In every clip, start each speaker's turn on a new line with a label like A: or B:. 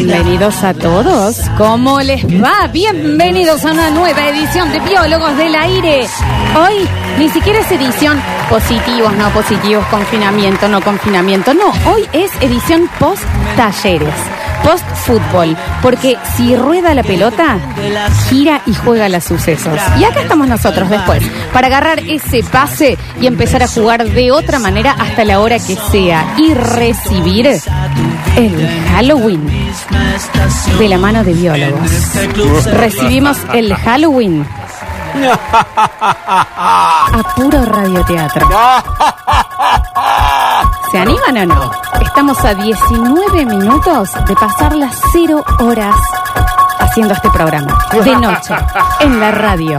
A: Bienvenidos a todos. ¿Cómo les va? Bienvenidos a una nueva edición de Biólogos del Aire. Hoy ni siquiera es edición positivos, no positivos, confinamiento, no confinamiento. No, hoy es edición post talleres, post fútbol. Porque si rueda la pelota, gira y juega los sucesos. Y acá estamos nosotros después, para agarrar ese pase y empezar a jugar de otra manera hasta la hora que sea. Y recibir el Halloween de la mano de biólogos. Recibimos el Halloween a puro radioteatro. ¿Se animan o no? Estamos a 19 minutos de pasar las 0 horas haciendo este programa. De noche, en la radio.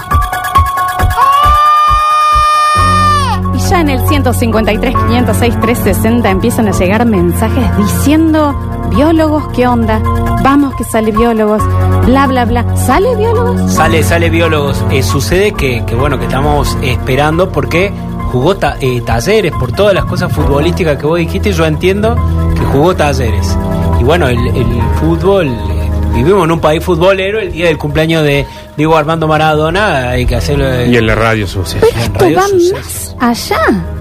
A: Y ya en el 153, 506, 360 empiezan a llegar mensajes diciendo, biólogos, ¿qué onda? Vamos que sale biólogos, bla, bla, bla. ¿Sale biólogos?
B: Sale, sale biólogos. Eh, sucede que, que, bueno, que estamos esperando porque jugó ta- eh, talleres por todas las cosas futbolísticas que vos dijiste. Yo entiendo que jugó talleres. Y bueno, el, el fútbol, eh, vivimos en un país futbolero. El día del cumpleaños de Diego Armando Maradona hay que hacerlo. eh,
C: Y en la radio sucia.
B: en
A: ¿Esto
B: Radio
A: va
B: Sucesos.
A: más allá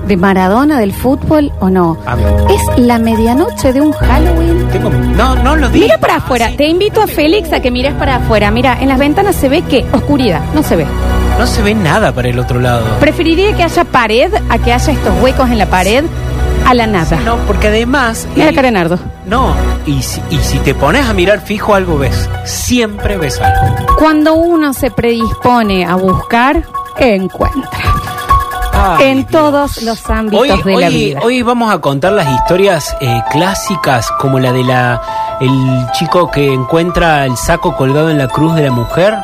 A: de Maradona, del fútbol o no?
B: Ah,
A: Es la medianoche de un Halloween.
B: tengo- no, no lo digo. Ah,
A: Mira para afuera, te invito a Félix a que mires para afuera. Mira, en las ventanas se ve que oscuridad, no se ve.
B: No se ve nada para el otro lado.
A: Preferiría que haya pared a que haya estos huecos en la pared a la nada.
B: No, porque además.
A: Mira,
B: eh,
A: Karenardo,
B: No, y si, y si te pones a mirar fijo algo ves, siempre ves algo.
A: cuando uno se predispone a buscar, encuentra.
B: Ay,
A: en
B: Dios.
A: todos los ámbitos
B: Hoy-
A: de la
B: hoy-
A: vida.
B: Hoy vamos a contar las historias eh, clásicas, como la de la el chico que encuentra el saco colgado en la cruz de la mujer.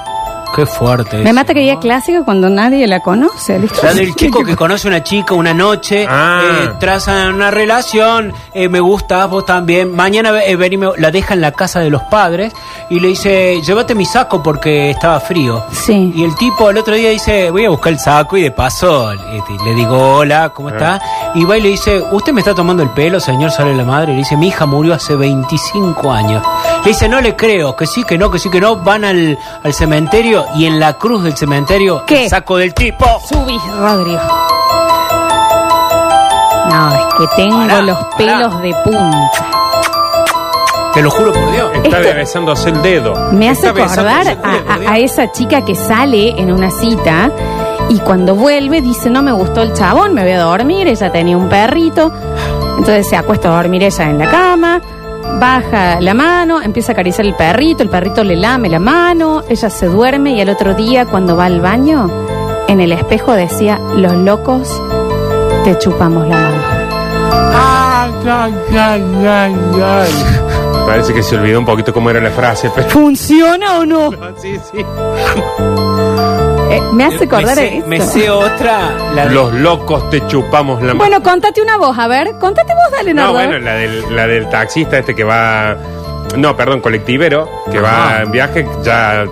B: Qué fuerte.
A: Me
B: eso.
A: mata que diga clásico cuando nadie la conoce. ¿listo?
B: La del chico que conoce a una chica una noche,
C: Ah.
B: eh, trazan una relación, eh, me gustas, vos también. Mañana eh, ven y me- la deja en la casa de los padres y le dice, llévate mi saco porque estaba frío.
A: Sí.
B: Y el tipo al otro día dice, voy a buscar el saco y de paso le, le digo, hola, ¿cómo
C: Ah.
B: está? Y va y le dice, usted me está tomando el pelo, señor, sale la madre. Y le dice, mi hija murió hace 25 años. Le dice, no le creo, que sí, que no, que sí, que no. Van al, al cementerio y en la cruz del cementerio,
A: ¿Qué?
B: el saco del tipo.
A: Subís, Rodrigo. No, es que tengo
B: Pará,
A: los
B: pará.
A: pelos de punta.
B: Te lo juro por Dios.
C: Está
A: Esto-
C: besándose el dedo.
A: Me hace
C: Está besando
A: acordar
C: el culo,
A: a,
C: por
A: a-
C: Dios.
A: a esa chica que sale en una cita y cuando vuelve dice, no me gustó el chabón, me voy a dormir, ella tenía un perrito. Entonces se acuesta a dormir ella en la cama, baja la mano, empieza a acariciar el perrito, el perrito le lame la mano, ella se duerme y al otro día cuando va al baño, en el espejo decía, los locos te chupamos la mano.
C: Parece que se olvidó un poquito cómo era la frase, pero.
A: ¿Funciona o no?
C: Ah, Sí, sí.
A: Eh, me hace acordar
B: me, sé,
A: esto.
B: me sé otra. La de-
C: Los locos te chupamos la mano.
A: Bueno, contate una voz, a ver. Contate vos, dale,
C: no,
A: Nardo.
C: bueno, la del, la del taxista este que va. No, perdón, colectivero, que
B: Ajá.
C: va en viaje, ya.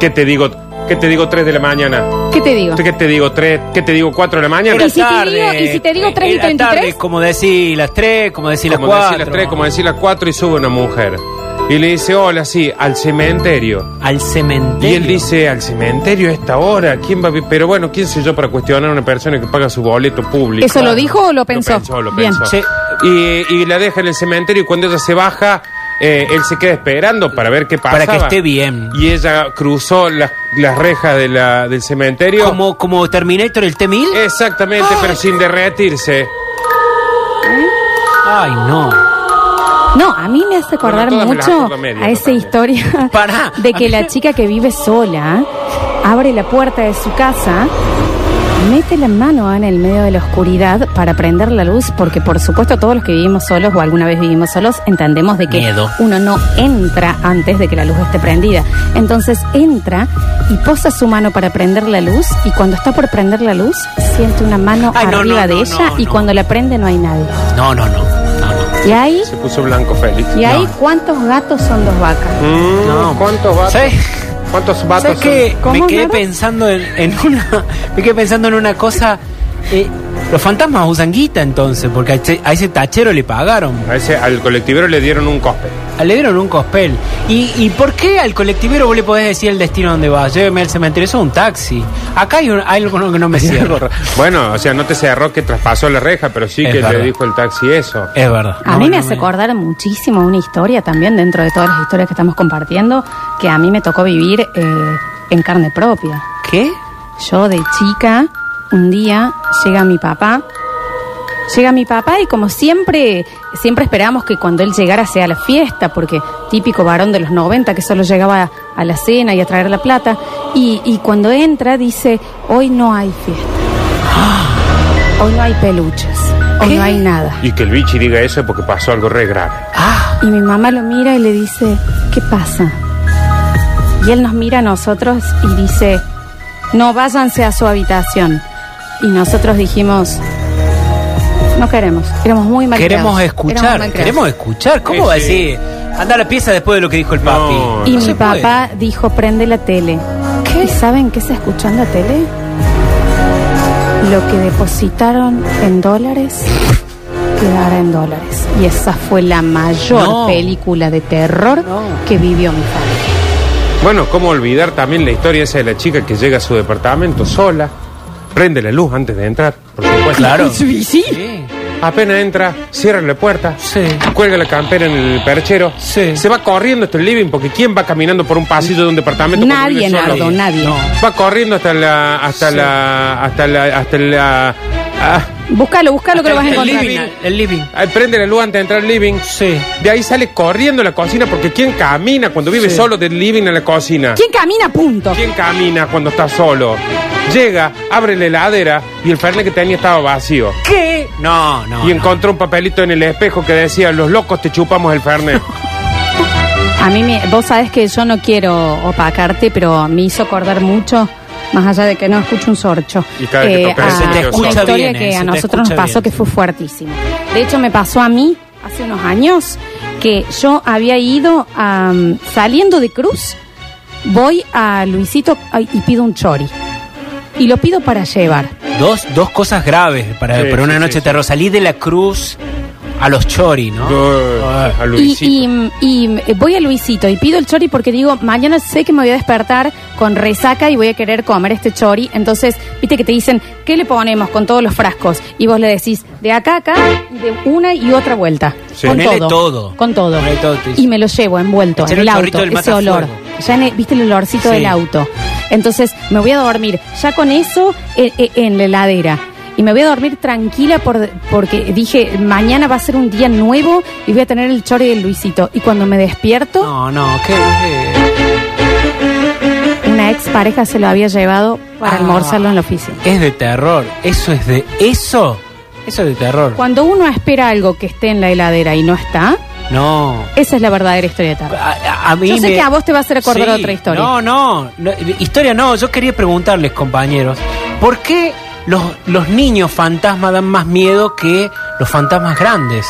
C: ¿Qué te digo? ¿Qué te digo 3 de la mañana?
A: ¿Qué te digo?
C: ¿Qué te digo 3? ¿Qué te digo 4 de la mañana?
B: Era
A: ¿Y si te digo- y si te digo tres y
B: era tarde,
A: 33?
B: como decir las 3, como decir las
C: como
B: 4.
C: decir las 3, como decir las 4 y sube una mujer. Y le dice, hola, sí, al cementerio.
B: Al cementerio.
C: Y él dice, al cementerio a esta hora, ¿quién va a vi-?" Pero bueno, ¿quién soy yo para cuestionar a una persona que paga su boleto público?
A: ¿Eso lo dijo o lo pensó?
C: Lo pensó, lo
A: Bien.
C: pensó.
B: Sí.
C: Y, y la deja en el cementerio y cuando ella se baja, eh, él se queda esperando para ver qué pasa.
B: Para que esté bien.
C: Y ella cruzó las, las rejas de la- del cementerio.
B: Como, como Terminator el T-1000.
C: Eh. Exactamente, pero sin derretirse.
B: Ay, no.
A: No, a mí me hace acordar
C: Bueno, todas me las
A: mucho
C: acuerdo a media,
A: a esa
C: totalmente.
A: historia
B: Pará,
A: de
B: a mí-
A: que la chica que vive sola abre la puerta de su casa, mete la mano en el medio de la oscuridad para prender la luz, porque por supuesto todos los que vivimos solos o alguna vez vivimos solos entendemos de que
B: Miedo.
A: uno no entra antes de que la luz esté prendida. Entonces entra y posa su mano para prender la luz y cuando está por prender la luz siente una mano
B: Ay, no,
A: arriba
B: no,
A: de
B: no,
A: ella
B: no,
A: y
B: no.
A: cuando la prende no hay nadie.
B: No, no, no. No, no.
A: Y ahí...
C: Se puso blanco Félix.
A: ¿Y ahí
B: No.
A: cuántos gatos son dos vacas?
C: Mm,
B: No.
C: ¿Cuántos vatos?
B: ¿Sabes?
C: ¿Cuántos
B: ¿Sabes
C: vatos?
B: qué?
A: ¿Cómo,
B: Me quedé
A: Naro?
B: pensando en, en una. Me quedé pensando en una cosa. eh, los fantasmas usan guita entonces, porque a ese, a ese tachero le pagaron.
C: son? A ese, al colectivero le dieron un cospe.
B: Le dieron un cospel. ¿Y, y por qué al colectivero vos le podés decir el destino donde vas? Lléveme al cementerio, eso es un taxi. Acá hay, un- hay algo que no me cierra.
C: Bueno, o sea, no te cerró que traspasó la reja, pero sí
B: Es
C: que
B: verdad.
C: le dijo el taxi eso.
B: Es verdad.
A: A
B: No,
A: mí me
B: no
A: hace acordar muchísimo una historia también dentro de todas las historias que estamos compartiendo que a mí me tocó vivir eh, en carne propia.
B: ¿Qué?
A: Yo de chica, un día llega mi papá, llega mi papá y como siempre, siempre esperamos que cuando él llegara sea la fiesta, porque típico varón de los 90 que solo llegaba a la cena y a traer la plata, y, y cuando entra dice, hoy no hay fiesta, hoy no hay peluches, hoy
B: ¿Qué?
A: no hay nada.
C: Y que el bichi diga eso porque pasó algo re grave.
B: Ah,
A: Y mi mamá lo mira y le dice, ¿qué pasa? Y él nos mira a nosotros y dice, no váyanse a su habitación. Y nosotros dijimos, no queremos, éramos muy mal
B: queremos
A: creados, éramos
B: escuchar,
A: mal
B: queremos
A: creados".
B: escuchar. ¿Cómo
C: Sí,
B: va a
C: sí.
B: decir? Anda la pieza después de lo que dijo el papi.
C: No,
A: Y
B: No
A: mi
B: se puede.
A: papá dijo, prende la tele. ¿Qué? ¿Y saben qué se escuchó en la tele? Lo que depositaron en dólares quedará en dólares. Y esa fue la mayor
B: No.
A: película de terror
B: No.
A: que vivió mi familia.
C: Bueno, ¿cómo olvidar también la historia esa de la chica que llega a su departamento sola? Prende la luz antes de entrar, por supuesto.
B: Claro.
A: Sí, sí.
C: Apenas entra, cierra la puerta,
B: Sí.
C: cuelga la campera en el perchero,
B: Sí.
C: se va corriendo hasta el living porque ¿quién va caminando por un pasillo de un departamento? cuando
A: Nadie,
C: vive solo?
A: Nardo, nadie.
B: No.
C: Va corriendo hasta la, hasta
B: Sí.
C: la, hasta la, hasta la, ah,
A: Búscalo, búscalo que lo vas a
B: El
A: encontrar.
B: living, el living.
C: ah, prende la luz antes de entrar al living.
B: Sí.
C: De ahí sale corriendo a la cocina porque ¿quién camina cuando vive
B: Sí.
C: solo del living a la cocina?
A: ¿Quién camina? Punto.
C: ¿Quién camina cuando está solo? Llega, abre la heladera y el fernet que tenía estaba vacío.
B: ¿Qué? No, no.
C: y
B: no.
C: encontró un papelito en el espejo que decía, los locos te chupamos el fernet.
A: A mí, me- vos sabés que yo no quiero opacarte, pero me hizo acordar mucho, más allá de que no escucho un sorcho. eh,
C: Y cada vez que toca
A: a-
C: ese
B: te
A: una
B: escucha
A: historia
B: bien, eh,
A: que
B: se
A: a
B: te
A: nosotros nos
B: escucha
A: pasó
B: bien,
A: que
B: sí.
A: fue fuertísimo. De hecho, me pasó a mí hace unos años que yo había ido a, mm, saliendo de Cruz, voy a Luisito ay, y pido un chori. Y lo pido para llevar.
B: Dos, dos cosas graves para,
C: Sí,
B: para una
C: sí,
B: noche
C: sí,
B: de terror. Salí de la cruz a los chori, ¿no?
C: Eh,
B: Ah.
C: a
A: Y,
C: Luisito.
A: y- y, eh, voy a Luisito y pido el chori porque digo, mañana sé que me voy a despertar con resaca y voy a querer comer este chori. Entonces, viste que te dicen, ¿qué le ponemos con todos los frascos? Y vos le decís, de acá a acá, y de una y otra vuelta.
C: Sí.
A: Con
B: Ponele
A: todo,
B: todo.
A: Con todo.
B: Ponele todo, te dice.
A: Y me lo llevo envuelto
B: Echale
A: en el
B: el
A: auto,
B: chorrito del
A: ese
B: matafuego.
A: olor. Ya en el- viste el olorcito
B: Sí.
A: del auto. Entonces, me voy a dormir ya con eso eh, eh, en la heladera. Y me voy a dormir tranquila por, porque dije, mañana va a ser un día nuevo y voy a tener el chore del Luisito. Y cuando me despierto,
B: No, no, ¿qué? qué?
A: una ex pareja se lo había llevado para
B: Ah.
A: almorzarlo en la oficina.
B: Es de terror. Eso es de. Eso. Eso es de terror.
A: Cuando uno espera algo que esté en la heladera y no está,
B: No.
A: esa es la verdadera historia de tarde.
B: A, a- a mí
A: Yo sé
B: me-
A: que a vos te va a hacer acordar otra historia.
B: No, no, no, Historia no. Yo quería preguntarles, compañeros, ¿por qué los, los niños fantasmas dan más miedo que los fantasmas grandes?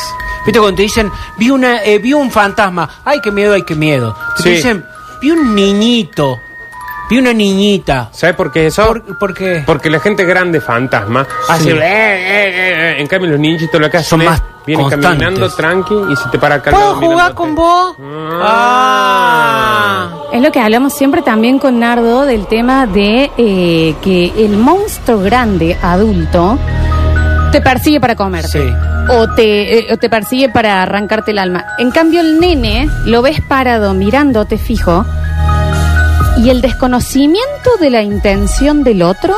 B: Viste, cuando te dicen, vi, una, eh, vi un fantasma. Ay, qué miedo, ay, qué miedo. Y Te
C: Sí.
B: dicen, vi un niñito. Vi una niñita.
C: ¿Sabes por qué eso?
B: ¿Por, por qué?
C: Porque la gente grande fantasma hace.
B: Sí.
C: "Eh, eh, eh". En cambio, los ninjitos lo que hacen
B: Son
C: es,
B: más
C: Vienen
B: constantes.
C: caminando tranqui y se te para acá. al
B: ¿Puedo
C: lado
B: jugar
C: mirándote.
B: con vos?
C: Ah.
A: Es lo que hablamos siempre también con Nardo del tema de eh, que el monstruo grande adulto te persigue para comerte.
B: Ah. Sí.
A: O te, eh, o te persigue para arrancarte el alma. En cambio, el nene lo ves parado mirando, te fijo. Y el desconocimiento de la intención del otro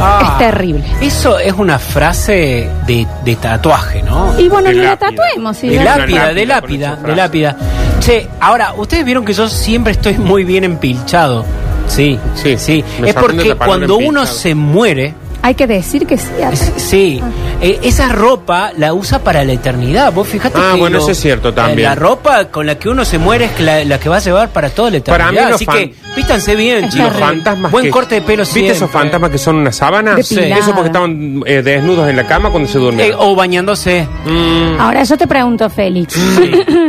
B: Ah.
A: es terrible.
B: Eso es una frase de, de tatuaje, ¿no?
A: Y bueno,
C: De
A: no la
C: lápida.
A: tatuemos. sí,
B: De
A: ya.
B: lápida, de
C: Lápida, por
B: lápida,
C: esa
B: de
C: frase.
B: lápida. Che, ahora, ustedes vieron que yo siempre estoy muy bien empilchado. Sí, sí,
C: Sí,
B: sí.
C: me
B: Es
C: sorprende
B: porque
C: la palabra
B: cuando uno
C: empilchado.
B: se muere,
A: Hay que decir que sí.
B: es- sí, eh, esa ropa la usa para la eternidad. Vos fijate
C: Ah,
B: que
C: bueno,
B: lo-
C: eso es cierto también.
B: eh, La ropa con la que uno se muere es la, la que va a llevar para toda la
C: Para
B: eternidad.
C: mí los
B: Así
C: fan-
B: que vístanse bien,
A: Los
B: chicos.
C: Los fantasmas.
B: Buen
C: que-
B: corte de pelo
C: ¿Viste esos
B: siempre.
C: fantasmas que son una sábana?
A: Sí. Depilada.
C: Eso porque estaban eh, desnudos en la cama cuando se
B: Eh,
C: durmieron.
B: o bañándose.
A: oh.
C: Mm.
A: Ahora yo te pregunto, Félix.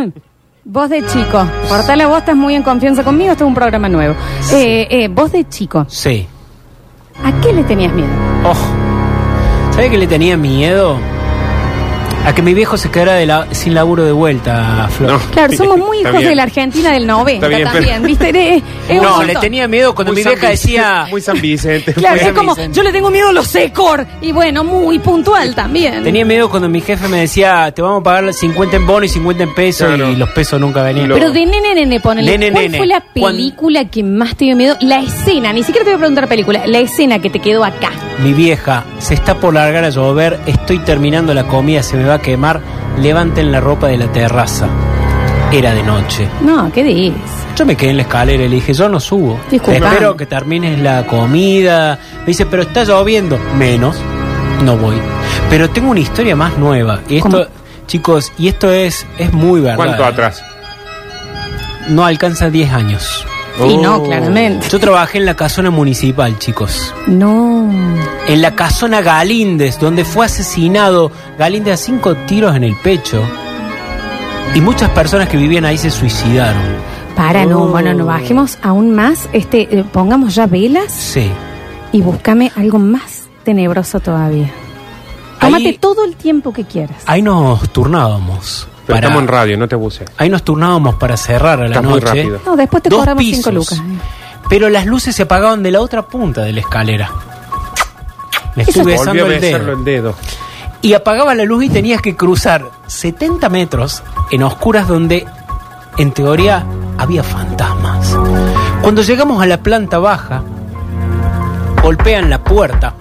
A: vos de chico, portala vos, estás muy en confianza conmigo, esto es un programa nuevo. Eh, eh, vos de chico,
B: Sí.
A: ¿a qué le tenías miedo?
B: Oh. ¿Sabe que le tenía miedo? A que mi viejo se quedara de la- sin laburo de vuelta, Flor.
C: No.
A: Claro, somos muy
C: Está
A: hijos
C: bien.
A: de la Argentina del 90
C: bien, pero-
A: también, ¿viste? Era- es un
B: No,
A: montón.
B: le tenía miedo cuando mi
C: Muy
B: vieja
C: San Vic-
B: decía.
C: Muy San Vicente.
A: Claro,
C: muy-
A: es como,
B: dicen.
A: yo le tengo miedo a los secor. Y bueno, muy puntual también.
B: Tenía miedo cuando mi jefe me decía, te vamos a pagar 50 en bono y 50 en pesos
C: Claro.
B: y los pesos nunca venían.
C: Lo-
A: Pero de nene, nene, ponele.
B: Nene,
A: ¿Cuál
B: nene.
A: fue la
B: Cuan-
A: película que más te dio miedo? La escena, ni siquiera te voy a preguntar película. La escena que te quedó acá.
B: Mi vieja, se está por largar a llover, estoy terminando la comida, se me va a quemar, levanten la ropa de la terraza. Era de noche.
A: No, ¿qué dices?
B: Yo me quedé en la escalera y le dije, yo no subo.
A: Disculpa.
B: Te Espero que termines la comida. Me dice, pero está lloviendo. Menos, no voy. Pero tengo una historia más nueva. Y esto,
A: ¿Cómo?
B: chicos, y esto es, es muy verdad.
C: ¿Cuánto
B: ¿eh?
C: atrás?
B: No alcanza 10 años.
A: Y no,
C: Oh.
A: claramente.
B: Yo trabajé en la casona municipal, chicos.
A: No.
B: En la casona Galíndez, donde fue asesinado Galíndez a cinco tiros en el pecho. Y muchas personas que vivían ahí se suicidaron.
A: Para, no,
B: Oh.
A: bueno, no bajemos aún más. Este, eh, pongamos ya velas
B: Sí.
A: y búscame algo más tenebroso todavía.
B: Ahí-
A: Tómate todo el tiempo que quieras.
B: Ahí nos turnábamos.
C: Pero estamos en radio, no te abuses.
B: ahí nos turnábamos para cerrar a la
C: Estás muy
B: noche.
C: rápido.
A: No, después te
B: Dos
A: cobramos
B: pisos.
A: cinco lucas. eh.
B: Pero las luces se apagaban de la otra punta de la escalera. Me
A: Eso
B: estuve
A: está-
B: besando
C: Volvió a
B: el
C: besarlo
B: dedo.
C: el dedo.
B: Y apagaba la luz y tenías que cruzar 70 metros en oscuras donde, en teoría, había fantasmas. Cuando llegamos a la planta baja, golpean la puerta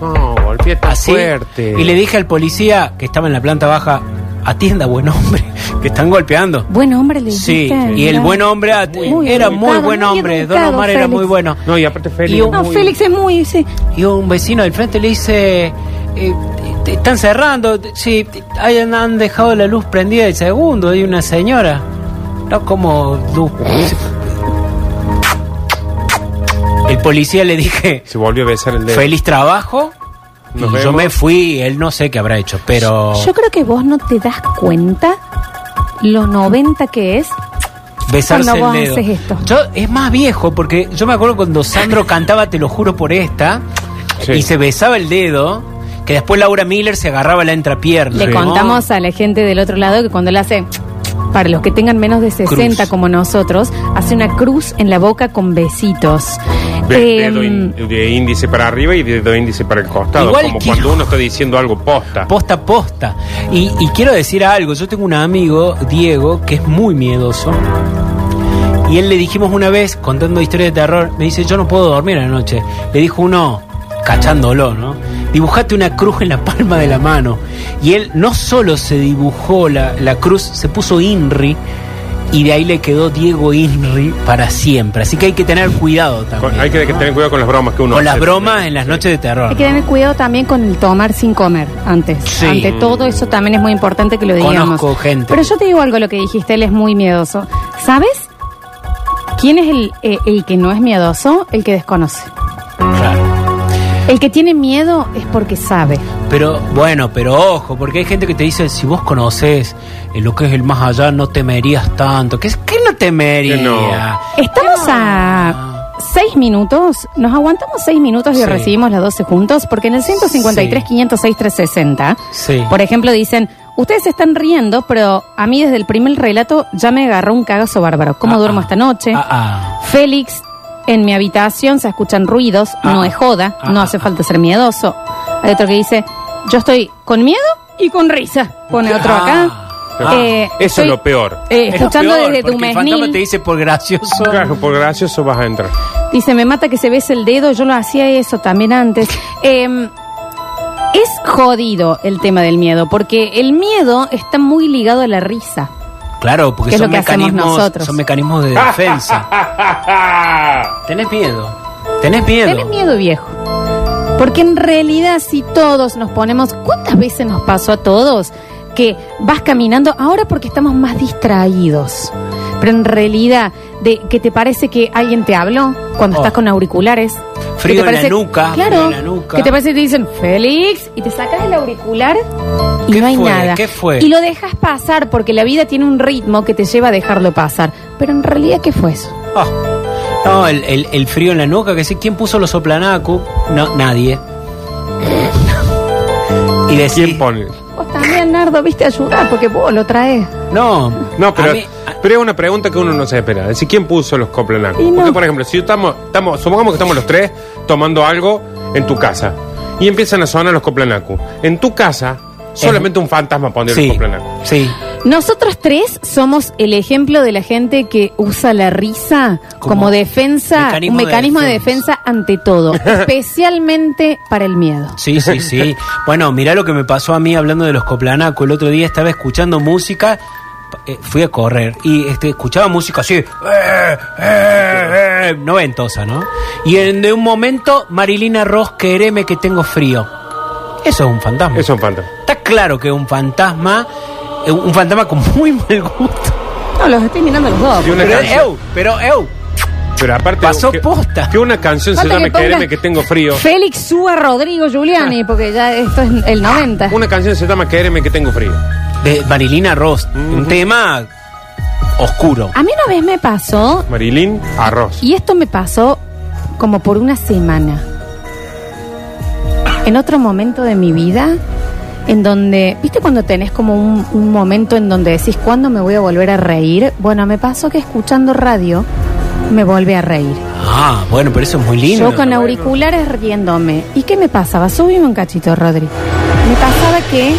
C: No, golpeé
A: ¿Ah,
C: tan
B: así.
C: fuerte.
B: Y le dije al policía que estaba en la planta baja, atienda, buen hombre, que están golpeando.
A: Buen hombre le
B: Sí,
A: dijiste,
B: y el
A: mira.
B: buen hombre at-
A: Muy
B: era
A: educado,
B: muy buen
A: muy
B: hombre, Don
A: educado,
B: Omar era
A: Félix.
B: muy bueno.
C: No, y aparte Félix.
B: Y un-
A: No,
C: muy-
A: Félix es muy, sí.
B: Y un vecino del frente le dice, eh, eh, te están cerrando, te- sí, te- ahí han, han dejado la luz prendida de segundo, hay una señora. No como luz. El policía le dije,
C: Se volvió a besar el dedo.
B: feliz trabajo. Y
C: Nos
B: yo
C: vemos.
B: me fui, él no sé qué habrá hecho, pero
A: Yo creo que vos no te das cuenta lo 90 que es.
B: besarse
A: cuando
B: el
A: vos
B: dedo.
A: haces esto.
B: Yo es más viejo porque yo me acuerdo cuando Sandro cantaba Te lo juro por esta
C: Sí.
B: y se besaba el dedo, que después Laura Miller se agarraba la entrepierna.
A: Le
B: ¿no?
A: contamos a la gente del otro lado que cuando le hace, para los que tengan menos de 60
B: Cruz.
A: como nosotros, hace una cruz en la boca con besitos.
C: Ve-
A: Em,
C: dedo in- de índice para arriba y dedo índice para el costado.
B: Igual
C: como
B: quiero-
C: cuando uno está diciendo algo posta.
B: Posta a posta. Y, y quiero decir algo, yo tengo un amigo, Diego, que es muy miedoso. Y él le dijimos una vez, contando historias de terror, me dice, yo no puedo dormir a la noche. Le dijo uno, cachándolo, ¿no? Dibujate una cruz en la palma de la mano. Y él no solo se dibujó la, la cruz, se puso Inri. Y de ahí le quedó Diego Inri para siempre. Así que hay que tener cuidado
C: Con-
B: también.
C: hay que, que tener cuidado con las bromas que uno
B: Con las
C: hace.
B: bromas en las noches de terror.
A: Hay que tener cuidado también con el tomar sin comer antes.
B: Sí.
A: Ante todo, eso también es muy importante que lo digamos.
B: Conozco gente.
A: Pero yo te digo algo, lo que dijiste, él es muy miedoso. ¿Sabes? ¿Quién es el, eh, el que no es miedoso? El que desconoce.
B: Claro.
A: El que tiene miedo es porque sabe.
B: Pero bueno, pero ojo, porque hay gente que te dice, si vos conoces eh, lo que es el más allá, no temerías tanto. ¿Qué, es- qué no temería?
C: Que no.
A: Estamos a seis minutos, nos aguantamos seis minutos y
B: Sí.
A: recibimos las 12 juntos, porque en el 153,
B: Sí.
A: 506, 360,
B: Sí.
A: por ejemplo, dicen, ustedes se están riendo, pero a mí desde el primer relato ya me agarró un cagazo bárbaro. ¿Cómo
B: Ah,
A: duermo
B: ah.
A: esta noche?
B: Ah, ah.
A: Félix, en mi habitación se escuchan ruidos,
B: Ah,
A: no es joda,
B: ah,
A: no
B: ah,
A: hace
B: ah.
A: falta ser miedoso. Hay otro que dice, yo estoy con miedo y con risa. Pone otro acá.
B: Ah.
A: Eh,
C: Eso
A: estoy,
C: es lo peor.
A: eh,
B: Es lo
A: escuchando
B: peor,
A: desde
B: porque el fantasma te
A: Dumesnil,
B: dice por gracioso.
C: Claro, por gracioso vas a entrar.
A: dice, me mata que se bese el dedo, yo lo hacía eso también antes. Em, es jodido el tema del miedo, porque el miedo está muy ligado a la risa.
B: Claro,
A: Que
B: porque
A: es
B: son
A: lo que hacemos
B: mecanismos,
A: nosotros.
B: son mecanismos de defensa. Tenés miedo. Tenés miedo.
A: Tenés miedo viejo. Porque en realidad si todos nos ponemos, ¿cuántas veces nos pasó a todos que vas caminando ahora porque estamos más distraídos? Pero en realidad, de que te parece que alguien te habló cuando
B: Oh.
A: estás con auriculares.
B: Frío
A: que
B: en
A: te
B: la
A: parece-
B: nuca,
A: Claro.
B: frío en la nuca.
A: Que te parece que te dicen, Félix, y te sacas el auricular y
B: ¿Qué
A: no hay
B: fue?
A: nada.
B: ¿Qué fue?
A: Y lo dejas pasar porque la vida tiene un ritmo que te lleva a dejarlo pasar. Pero en realidad, ¿qué fue eso?
B: Ah. No, el, el- el frío en la nuca, que sí. ¿Quién puso los soplanacu? No, nadie. Y decís,
C: ¿Quién pone?
A: Vos también, Nardo, viste ayudar porque vos lo traes.
B: No,
C: No, pero,
B: a mí- a-
C: pero es una pregunta que uno no se espera. Es decir, ¿quién puso los coplanacos?
A: Y no.
C: Porque, por ejemplo, si estamos, estamos, supongamos que estamos los tres tomando algo en tu casa y empiezan a sonar los coplanacos. En tu casa, solamente un fantasma pone
B: sí,
C: los coplanacos.
B: sí.
A: Nosotros tres somos el ejemplo de la gente que usa la risa como,
B: Como
A: defensa,
B: mecanismo
A: un
B: de
A: mecanismo de defensa.
B: defensa.
A: ante todo, especialmente para el miedo.
B: Sí, sí, sí. Bueno, mirá lo que me pasó a mí hablando de los coplanacos. El otro día estaba escuchando música, eh, fui a correr y este, escuchaba música así, eh, eh, eh, noventosa, ¿no? Y en de un momento, Marilina Ross, quereme que tengo frío. Eso es un fantasma.
C: Eso es un fantasma.
B: Está claro que es un fantasma, eh, un fantasma con muy mal gusto.
A: No, los estoy mirando los dos.
C: Y una
B: Pero,
C: canción.
B: eu, pero, eu,
C: Pero aparte.
B: Pasó
C: que,
B: posta.
C: Que una canción se
A: Falta
C: llame
A: pongas
C: Quédeme que tengo frío.
A: Félix Súa Rodrigo Giuliani, porque ya esto es el 90.
C: Una canción se llama Quédeme que tengo frío.
B: de Marilina Ross, un
C: Ujú.
B: tema oscuro.
A: A mí una vez me pasó,
C: Marilyn Arroz.
A: y esto me pasó como por una semana. En otro momento de mi vida, en donde, ¿viste cuando tenés como un, un momento en donde decís, ¿cuándo me voy a volver a reír? Bueno, me pasó que escuchando radio me volví a reír.
B: Ah, bueno, pero eso es muy lindo.
A: Yo con auriculares riéndome. ¿Y qué me pasaba? Subime un cachito, Rodri. Me pasaba que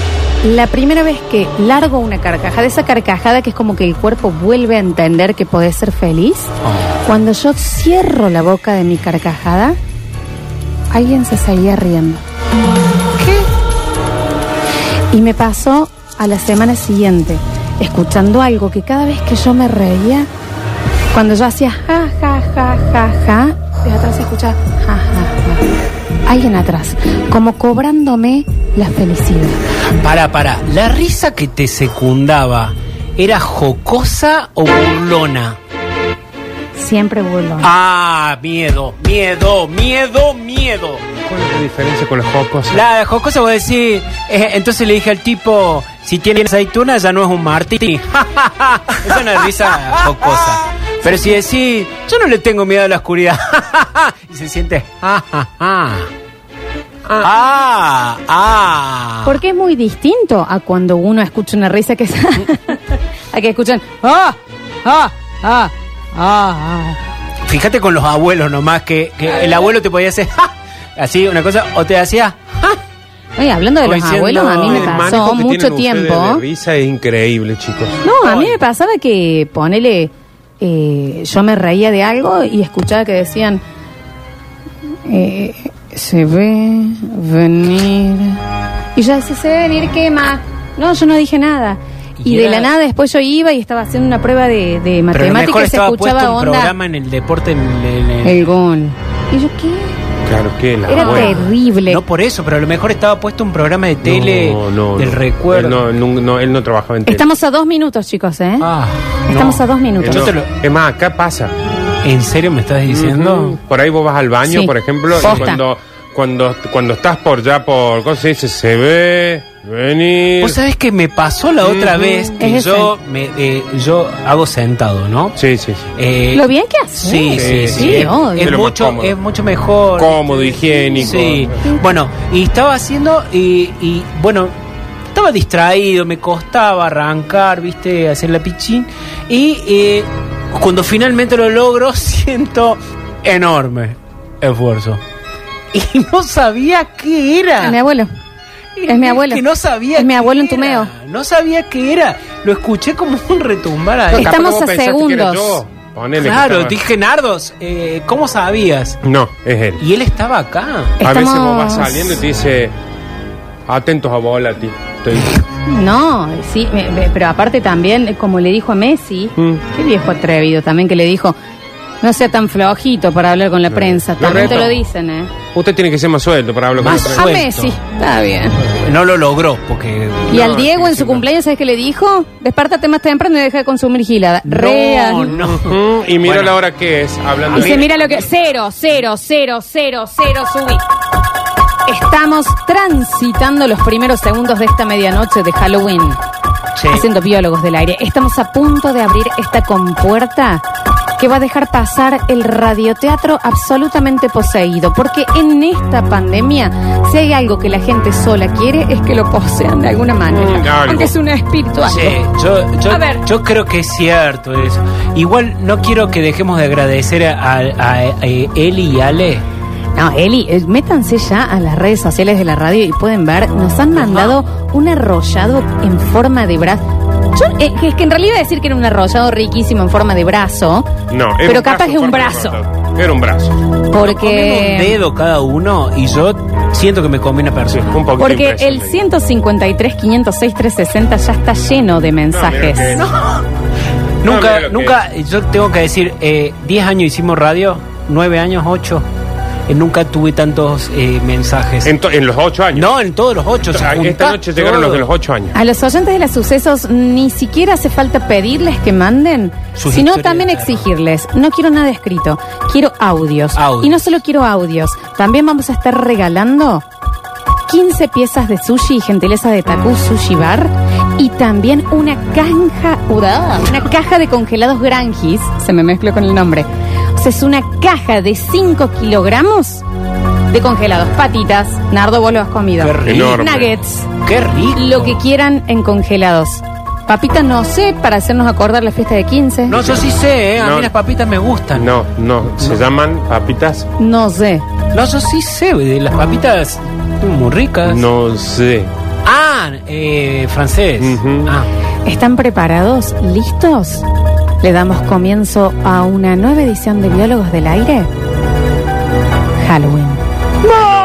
A: la primera vez que largo una carcajada, esa carcajada que es como que el cuerpo vuelve a entender que podés ser feliz,
B: Oh.
A: cuando yo cierro la boca de mi carcajada, alguien se seguía riendo. ¿Qué? Y me pasó a la semana siguiente, escuchando algo que cada vez que yo me reía, cuando yo hacía ja, ja, ja, ja, ja, de atrás se escuchaba ja, ja, ja. Alguien atrás, como cobrándome la felicidad.
B: Para, para. ¿La risa que te secundaba era jocosa o burlona?
A: Siempre vuelvo.
B: Ah, miedo, miedo, miedo, miedo.
C: ¿Cuál es la diferencia con los jocos?
B: La jocosa vos decís, eh, entonces le dije al tipo, si tiene aceituna ya no es un martini. es una risa jocosa. Pero si decís, yo no le tengo miedo a la oscuridad. y se siente, ah, ah, ah. Ah, ah.
A: Porque es muy distinto a cuando uno escucha una risa que es- a que escuchan ah, ah, ah, ah, ah.
B: Fíjate con los abuelos nomás, que, que el abuelo te podía hacer ¡ja! así una cosa, o te hacía ¡ja!
A: Oye, hablando de
B: Como
A: los
B: diciendo,
A: abuelos, a mí me
B: el
A: pasó mucho
C: La
A: tiempo.
C: risa es increíble, chicos.
A: No, a mí me pasaba que ponele, eh, yo me reía de algo y escuchaba que decían, eh, se ve venir. Y yo decía, se ve venir qué más. No, yo no dije nada. Y,
B: Y
A: de
B: era-
A: la nada después yo iba y estaba haciendo una prueba de, de
B: Pero a lo
A: matemática
B: mejor
A: y se
B: estaba puesto
A: escuchaba
B: un
A: onda.
B: programa en el deporte en el- en el-
A: El gol. Y yo, ¿qué?
C: Claro que la
A: Era
C: abuela.
A: terrible.
B: Ah, No por eso, pero a lo mejor estaba puesto un programa de tele
C: No, no, Eh,
B: del
C: no.
B: recuerdo.
C: Él no, no, no, él no trabajaba en tele.
A: Estamos a dos minutos, chicos, ¿eh?
B: Ah,
A: Estamos
B: no.
A: a dos
C: Él
A: minutos.
B: Yo
C: no.
B: te lo-
C: Es más, acá pasa.
B: ¿En serio me estás diciendo?
C: Por ahí vos vas al baño,
A: Sí.
C: por ejemplo,
A: Posta.
C: y cuando, cuando, cuando estás por ya por cosas, dices, se ve, venir.
B: Vos sabés que me pasó la otra
C: Ujú.
B: vez que
A: Es
B: yo, me, eh, yo hago sentado, ¿no?
C: Sí, sí, sí.
B: Eh,
A: Lo bien que hace.
B: Sí, sí, sí.
C: Sí,
A: sí,
B: Es-
A: obvio.
B: Es,
C: Pero más
B: mucho,
C: cómodo.
B: es mucho mejor.
C: Cómodo, higiénico.
B: Sí. Bueno, y estaba haciendo y, y, bueno, estaba distraído, me costaba arrancar, viste, hacer la pichín. Y eh, cuando finalmente lo logro, siento enorme esfuerzo. Y no sabía qué era.
A: Mi abuelo. Es mi abuelo.
B: Que no sabía
A: Es mi
B: qué
A: abuelo en
B: era.
A: Tumeo.
B: No sabía qué era. Lo escuché como un retumbar ahí.
A: Está- Estamos a segundos.
B: Claro, dije, Nardos, eh, ¿cómo sabías?
C: No, es él.
B: Y él estaba acá.
C: A veces
A: Estamos-
C: vos vas saliendo y te dice, atentos a Volati. Te dice,
A: No, sí, me- me- pero aparte también, eh, como le dijo a Messi,
C: Mm.
A: qué viejo atrevido también que le dijo, no sea tan flojito para hablar con la
C: No.
A: prensa.
C: Lo
A: También te
C: reto.
A: lo dicen, ¿eh?
C: Usted tiene que ser más suelto para hablar con
B: Más
C: la
A: A
B: suelto.
C: prensa".
A: Messi, está bien.
B: No lo logró porque
A: Y
C: No,
A: al Diego en
C: sí,
A: su
C: no.
A: cumpleaños, ¿sabes qué le dijo? Despártate más temprano y deja de consumir gilada.
B: No,
A: Real.
B: no.
C: Mm, y mira
B: Bueno.
C: la hora que es, hablando
A: Dice,
C: de-
A: mira lo que. Cero, cero, cero, cero, cero, subí. Estamos transitando los primeros segundos de esta medianoche de Halloween.
B: Che,
A: Haciendo biólogos del aire. Estamos a punto de abrir esta compuerta que va a dejar pasar el radioteatro absolutamente poseído, porque en esta pandemia, si hay algo que la gente sola quiere, es que lo posean de alguna manera,
C: Mm, algo.
A: aunque es un espíritu.
B: Sí,
A: algo.
B: yo, yo,
A: A ver.
B: yo creo que es cierto eso. Igual no quiero que dejemos de agradecer a, a- a- eh, Eli y Ale.
A: No, Eli, eh, métanse ya a las redes sociales de la radio y pueden ver, nos han mandado un arrollado en forma de brazo. Yo, eh, que- es que en realidad decir que era un arrollado riquísimo en forma de brazo,
C: No, era
A: pero
C: un
A: capaz
C: brazo
A: que es un
C: fuerte
A: brazo,
C: rotado. Era un brazo.
B: Comemos un
A: porque...
B: dedo cada uno y yo siento que me comí una
C: Sí,
B: persona.
C: un poquito
A: Porque
C: impresionante.
A: el 153, 506, 360 ya está lleno de
C: No, mira
A: mensajes.
C: que- No,
B: Nunca,
C: mira lo que
B: nunca, yo tengo que decir, eh, 10 años hicimos radio, 9 años, 8. nunca tuve tantos eh, mensajes.
C: En, to- en los ocho años. Ah,
B: no, en todos los 8.
C: Esta noche llegaron los de los ocho años.
A: A los oyentes de los sucesos ni siquiera hace falta pedirles que manden,
B: Sus
A: sino
B: historias
A: también
B: de terror.
A: exigirles. No quiero nada escrito, quiero audios.
B: Audios.
A: Y no solo quiero audios, también vamos a estar regalando 15 piezas de sushi y gentileza de Taku Sushi Bar y también una canja, ¡Uda! una caja de congelados granjis, se me mezcló con el nombre. O sea, es una caja de 5 kilogramos de congelados, patitas, Nardo, vos lo has comido.
B: Qué rico.
C: Enorme.
A: Nuggets
B: Qué rico.
A: lo que quieran en congelados. Papita, no sé, para hacernos acordar la fiesta de 15.
B: No, yo sí sé, eh, a
C: No.
B: mí las papitas me gustan.
C: No, no, se llaman papitas.
A: No sé.
B: No, yo sí sé, de las papitas mm, muy ricas.
C: No sé.
B: Ah, eh, francés.
C: Ujú.
B: Ah.
A: ¿Están preparados? ¿Listos? Le damos comienzo a una nueva edición de Biólogos del Aire. Halloween.
C: ¡No!